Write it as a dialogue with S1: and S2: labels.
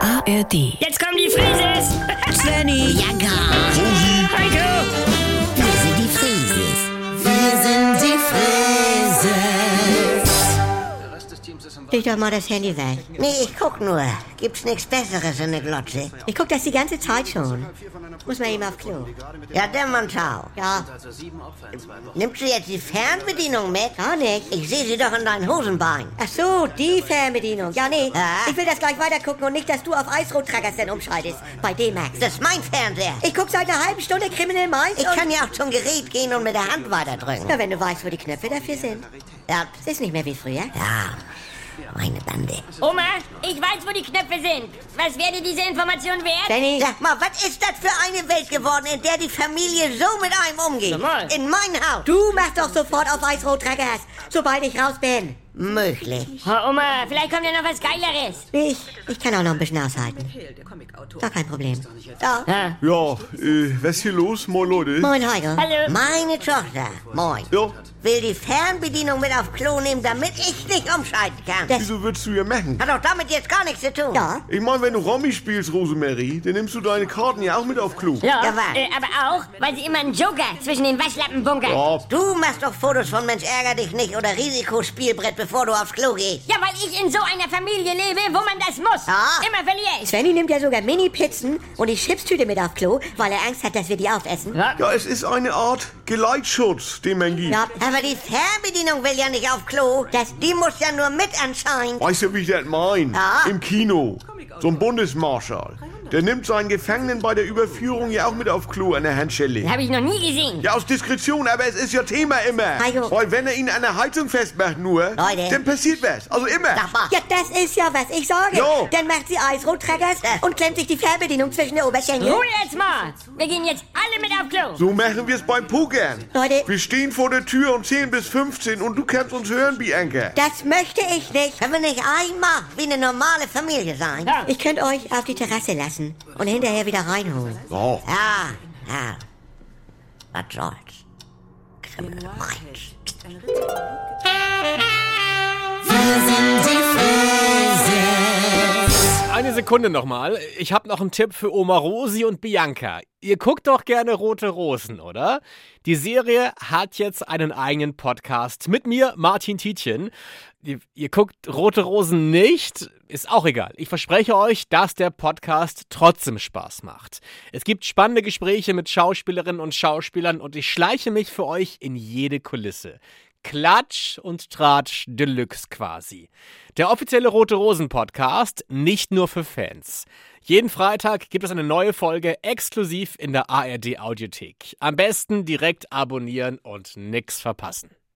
S1: ARD.
S2: Jetzt kommen die Frises!
S3: Svenny,
S4: Ja, gar.
S2: Heiko!
S4: Wir sind die Frieses. Wir sind die Frieses.
S3: leg doch mal das Handy weg.
S4: Nee, ich guck nur. Gibt's nichts Besseres in der Glotsche?
S3: Ich guck das die ganze Zeit schon. Muss mal eben auf Klo.
S4: Ja, der Montau.
S3: Ja,
S4: Nimmst du jetzt die Fernbedienung mit?
S3: gar nicht.
S4: Ich sehe sie doch in deinen Hosenbein.
S3: Ach so, die Fernbedienung. Ja, nee.
S4: Ja?
S3: Ich will das gleich weitergucken und nicht, dass du auf Eisrottrackers dann umschaltest. Bei D-Max.
S4: Das ist mein Fernseher.
S3: Ich guck seit einer halben Stunde Criminal Minds
S4: Ich
S3: und...
S4: kann ja auch zum Gerät gehen und mit der Hand weiterdrücken.
S3: Na, wenn du weißt, wo die Knöpfe dafür sind.
S4: Ja,
S3: Es ist nicht mehr wie früher.
S4: ja. Meine Bande.
S2: Oma, ich weiß, wo die Knöpfe sind. Was wäre dir diese Information wert?
S3: Benny,
S4: Sag mal, was ist das für eine Welt geworden, in der die Familie so mit einem umgeht?
S2: Sag mal.
S4: In mein Haus.
S3: du machst doch sofort auf Eisrottrackers, sobald ich raus bin.
S4: Möglich.
S2: Oh, Oma, vielleicht kommt ja noch was Geileres.
S3: Ich, ich kann auch noch ein bisschen aushalten. Gar kein Problem. Ja.
S2: Ah,
S5: Ja, äh, was ist hier los, moin Leute?
S3: Moin, Heiko.
S2: hallo.
S4: Meine Tochter, moin,
S5: Ja,
S4: will die Fernbedienung mit auf Klo nehmen, damit ich nicht umschalten kann.
S3: Das-
S5: wieso würdest du ja machen?
S4: Hat doch damit jetzt gar nichts zu tun.
S3: Ja,
S5: Ich meine, wenn du Romy spielst, Rosemarie, dann nimmst du deine Karten ja auch mit auf Klo.
S2: Ja,
S4: Ja, was?
S2: äh, aber auch, weil sie immer einen Joker zwischen den Waschlappen bunkert.
S5: Ja,
S4: Du machst doch Fotos von Mensch ärger dich nicht oder Risikospielbrett, bevor du aufs Klo gehst.
S2: Ja, weil ich in so einer Familie lebe, wo man das muss.
S4: Ah.
S2: Immer verliere ich.
S3: Svenny nimmt ja sogar Mini-Pizzen und die Chipstüte mit auf Klo, weil er Angst hat, dass wir die aufessen.
S2: Ja.
S5: ja, es ist eine Art Geleitschutz, den man gibt.
S3: Ja,
S4: Aber die Fernbedienung will ja nicht auf Klo. Das, die muss ja nur mit anscheinend.
S5: Weißt du, wie ich das mein?
S4: Ja.
S5: Im Kino. So ein Bundesmarschall. Der nimmt seinen Gefangenen bei der Überführung ja auch mit auf Klo an der Handschelle.
S2: Habe ich noch nie gesehen.
S5: Ja, aus Diskretion, aber es ist ja Thema immer.
S3: Heiko.
S5: Weil wenn er ihn an der Heizung festmacht nur,
S4: Leute.
S5: dann passiert was. Also immer.
S4: Sag mal.
S3: Ja, das ist ja, was ich sage.
S5: Jo.
S3: Dann macht sie Eisrottrackers und klemmt sich die Fernbedienung zwischen der Oberschenkel.
S2: Ruhe jetzt mal. Wir gehen jetzt alle mit auf Klo.
S5: So machen wir es beim Pokern.
S3: Leute,
S5: Wir stehen vor der Tür und zählen bis 15 und du kannst uns hören, Bianca.
S3: das möchte ich nicht.
S4: Können wir nicht einmal wie eine normale Familie sein?
S2: Ja.
S3: Ich könnte euch auf die Terrasse lassen und hinterher wieder reinholen.
S5: Oh.
S4: Ja, ja. Was soll's? Kriminal Minds.
S6: Eine Sekunde nochmal. Ich habe noch einen Tipp für Oma Rosi und Bianca. Ihr guckt doch gerne Rote Rosen, oder? Die Serie hat jetzt einen eigenen Podcast mit mir, Martin Tietjen. Ihr, ihr guckt Rote Rosen nicht, ist auch egal. Ich verspreche euch, dass der Podcast trotzdem Spaß macht. Es gibt spannende Gespräche mit Schauspielerinnen und Schauspielern und ich schleiche mich für euch in jede Kulisse. Klatsch und Tratsch Deluxe quasi. Der offizielle Rote Rosen Podcast, nicht nur für Fans. Jeden Freitag gibt es eine neue Folge exklusiv in der ARD Audiothek. Am besten direkt abonnieren und nix verpassen.